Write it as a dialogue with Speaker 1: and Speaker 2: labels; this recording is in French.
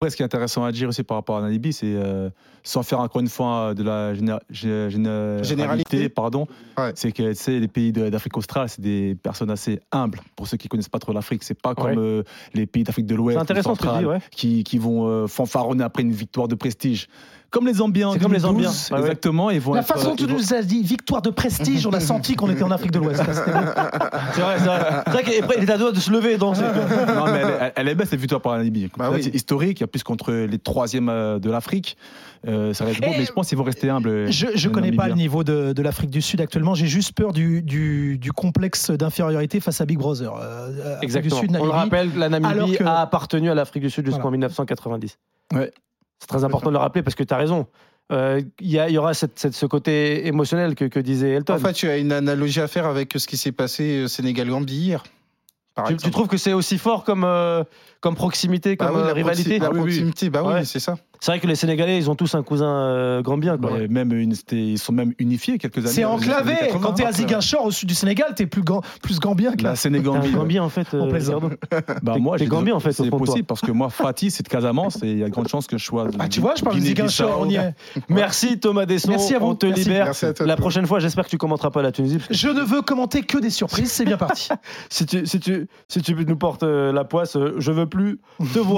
Speaker 1: Après, ce qui est intéressant à dire aussi par rapport à Nanibi, c'est euh, sans faire encore une fois euh, de la géné- gé- géné-
Speaker 2: Généralité.
Speaker 1: pardon,
Speaker 2: Ouais.
Speaker 1: c'est que tu sais, les pays de- d'Afrique australe, c'est des personnes assez humbles. Pour ceux qui connaissent pas trop l'Afrique, c'est pas comme
Speaker 3: Ouais.
Speaker 1: euh, les pays d'Afrique de l'Ouest,
Speaker 3: C'est
Speaker 1: ou
Speaker 3: intéressant ce que tu
Speaker 1: centrale,
Speaker 3: dis, ouais.
Speaker 1: qui, qui vont euh, fanfaronner après une victoire de prestige. Comme les Zambiens. en
Speaker 3: C'est comme les
Speaker 1: 2012,
Speaker 3: Zambiens, Bah ouais, ouais.
Speaker 1: exactement. Ils vont
Speaker 4: La
Speaker 1: être,
Speaker 4: façon
Speaker 1: euh,
Speaker 4: dont tu
Speaker 1: ils vont-
Speaker 4: nous as dit victoire de prestige, on a senti qu'on était en Afrique de l'Ouest. Ça, c'était beau.
Speaker 3: C'est vrai, c'est vrai. C'est vrai qu'il est prêt- il est à deux doigts de se lever et danser.
Speaker 1: non, mais elle, est- elle est belle cette victoire par la Libye. Comme
Speaker 2: Bah
Speaker 1: ça,
Speaker 2: oui.
Speaker 1: C'est historique, il y a plus contre les troisièmes euh, de l'Afrique. Euh, ça reste bon,
Speaker 4: Et-
Speaker 1: mais je pense qu'ils vont rester humbles.
Speaker 4: Je, je
Speaker 1: les
Speaker 4: connais pas le
Speaker 1: Namibiens.
Speaker 4: niveau de, de l'Afrique du Sud actuellement. J'ai juste peur du, du, du complexe d'infériorité face à Big Brother. Euh, Afrique du
Speaker 3: Exactement.
Speaker 4: Sud,
Speaker 3: On le
Speaker 4: Namibie.
Speaker 3: rappelle, la
Speaker 4: Alors
Speaker 3: Namibie
Speaker 4: que-
Speaker 3: a appartenu à l'Afrique du Sud jusqu'en
Speaker 4: Voilà.
Speaker 3: 1990.
Speaker 1: Ouais.
Speaker 3: C'est très important de le rappeler parce que tu as raison. Euh, Il y, a- il y aura cette- cette- ce côté émotionnel que, que disait Elton.
Speaker 2: En fait, tu as une analogie à faire avec ce qui s'est passé euh, Sénégal-Gambie hier. Par
Speaker 3: tu, tu
Speaker 2: exemple.
Speaker 3: trouves que c'est aussi fort comme, euh, comme proximité,
Speaker 2: Bah
Speaker 3: comme
Speaker 2: oui,
Speaker 3: euh,
Speaker 2: la
Speaker 3: rivalité
Speaker 2: proxi- La
Speaker 3: Ah oui, oui.
Speaker 2: proximité, bah oui,
Speaker 3: Ouais.
Speaker 2: c'est ça.
Speaker 3: C'est vrai que les Sénégalais, ils ont tous un cousin euh, gambien. quoi.
Speaker 1: Ouais, Bah, même une- c'était- ils sont même unifiés quelques années.
Speaker 4: C'est
Speaker 1: euh,
Speaker 4: enclavé.
Speaker 1: les années 80.
Speaker 4: Quand t'es à Ziguinchor au sud du Sénégal, t'es plus, gan- plus gambien que
Speaker 1: La
Speaker 4: la
Speaker 3: T'es un
Speaker 1: Sénégambie.
Speaker 3: Gambien, en fait.
Speaker 4: On
Speaker 3: euh,
Speaker 4: plaisante.
Speaker 3: Ricardo.
Speaker 1: Bah,
Speaker 3: T'es-
Speaker 1: moi,
Speaker 3: t'es
Speaker 1: j'ai-
Speaker 3: Gambien, en fait, au
Speaker 1: C'est
Speaker 3: fond de toi.
Speaker 1: possible parce que moi, Fatih, c'est de Casamance et il y a de grandes chances que je sois.
Speaker 4: Ah, tu vois, je parle de Ziguinchor,
Speaker 1: Guinée-Bissau.
Speaker 4: on y est.
Speaker 3: Merci Thomas Desson.
Speaker 4: Merci à vous.
Speaker 3: On te
Speaker 4: Merci.
Speaker 3: libère.
Speaker 2: Merci à toi.
Speaker 3: La
Speaker 2: Thomas.
Speaker 3: prochaine fois, j'espère que tu commenteras pas la Tunisie. parce que
Speaker 4: Je ne veux commenter que des surprises, c'est bien parti.
Speaker 3: Si tu, si, tu, si tu nous portes euh, la poisse, euh, je veux plus te voir.